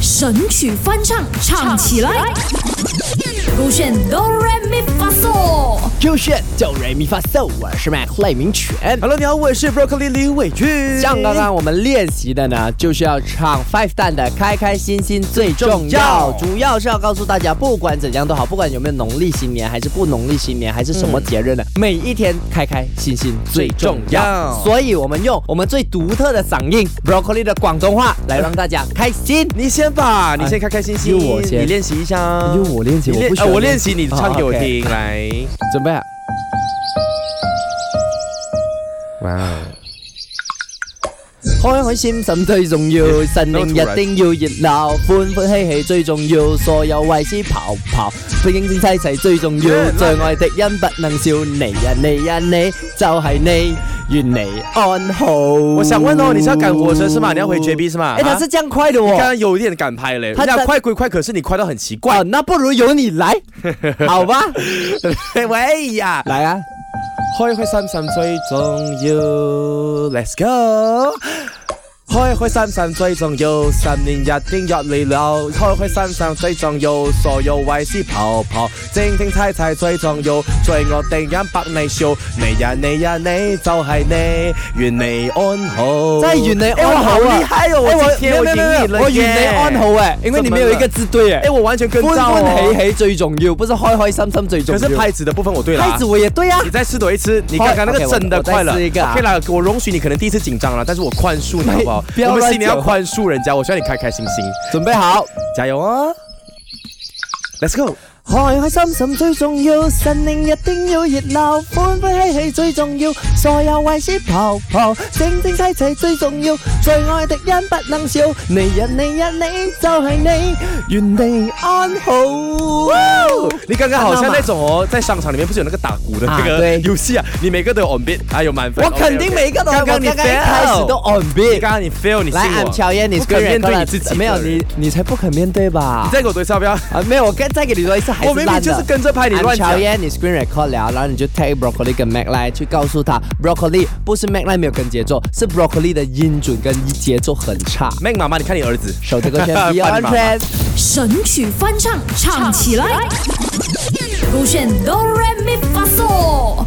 神曲翻唱，唱起来。勾选哆来咪发嗦，就选哆瑞咪发嗦，我是麦克赖明全。 Hello，你好，我是 Broccoli 李伟俊。像刚刚我们练习的呢，就是要唱 Five 蛋的《开开心心最重要》，重主要是要告诉大家，不管怎样都好，不管有没有农历新年，还是不农历新年，还是什么节日呢，每一天开开心心嗯最重要。重要所以我们用我们最独特的嗓音 Broccoli 的广东话来让大家开心。你先吧，你先开开心心，哎又我先你练习一下，又我练习你我不喜呃欢我练练习习，你唱给我哦，OK 听，来，准备、啊。哇哦，开开心心最重要，新年一定要热闹，欢欢喜喜最重要，所有為師刨刨，毕竟正妻齊最重要 Yeah，，最愛敵人不能少你呀、你呀、你就係你，願你安好。我我想问哦，你是要赶火车是吗？你要回 JB 是吗？哎、他是这样快的 啊刚哦。刚有一点赶拍嘞，他人家在快归快，可是你快到很奇怪 哦，。那不如由你来，好 吧？喂呀，来啊！开开心心最重要，Let's go。开开心心最重要，新年日丁入嚟了，开开心心最重要，所有為師婆婆，正正妻妻最重要，最我定人百你笑，你呀你呀你就係你，願你安好。真係願你哎安好啊我好厲害哦！哎我今没天有我没有没有没赢你了有，我與你安好。哎，因為你沒有一個字對哎哎，，我完全跟歡到歡哦。喜喜最重要，不是開開心心最重可要。是拍子的部分我对了啊。拍子我也对啊你。再试多一次，你刚刚那个 OK，我真的我再快了。试一个啊 OK 啦，我容许你可能第一次紧张了，但是我宽恕你好不好 不？要我们乱新年要讲宽恕人家，我希望你开开心心，準備好。加油啊！Let's go！开开心心最重要，神灵一定要热闹，欢欢喜喜最重要，所有为师婆婆，正正齐齐最重要，最爱的人不能少，你呀你呀你就系你，原地安好。你刚刚好看像到吗那种哦，在商场里面不是有那个打鼓的那哦啊个对游戏啊？你每个都有 on beat，还有啊满分。我肯定 OK，OK 每一个都，刚刚你我刚刚一开始都 fail， on 你 beat。刚刚你 fail，你信来，俺我。乔燕，你不肯面对你自己的人没有你，你才不肯面对吧？再给我多一次要不要？啊，没有，我刚再给你说一次，还我是明烂明的。就是跟着拍你乱乔讲。燕，你 screen record 了，然后你就 take broccoli 跟 mac 来去告诉他，broccoli 不是 mac 来没有跟节奏，是 broccoli 的音准跟节奏很差。 Mac 妈妈，你看你儿子。手这个圈 b e y 翻 n 版吧 trend。神曲翻唱，唱起来。勾选哆来咪发嗦。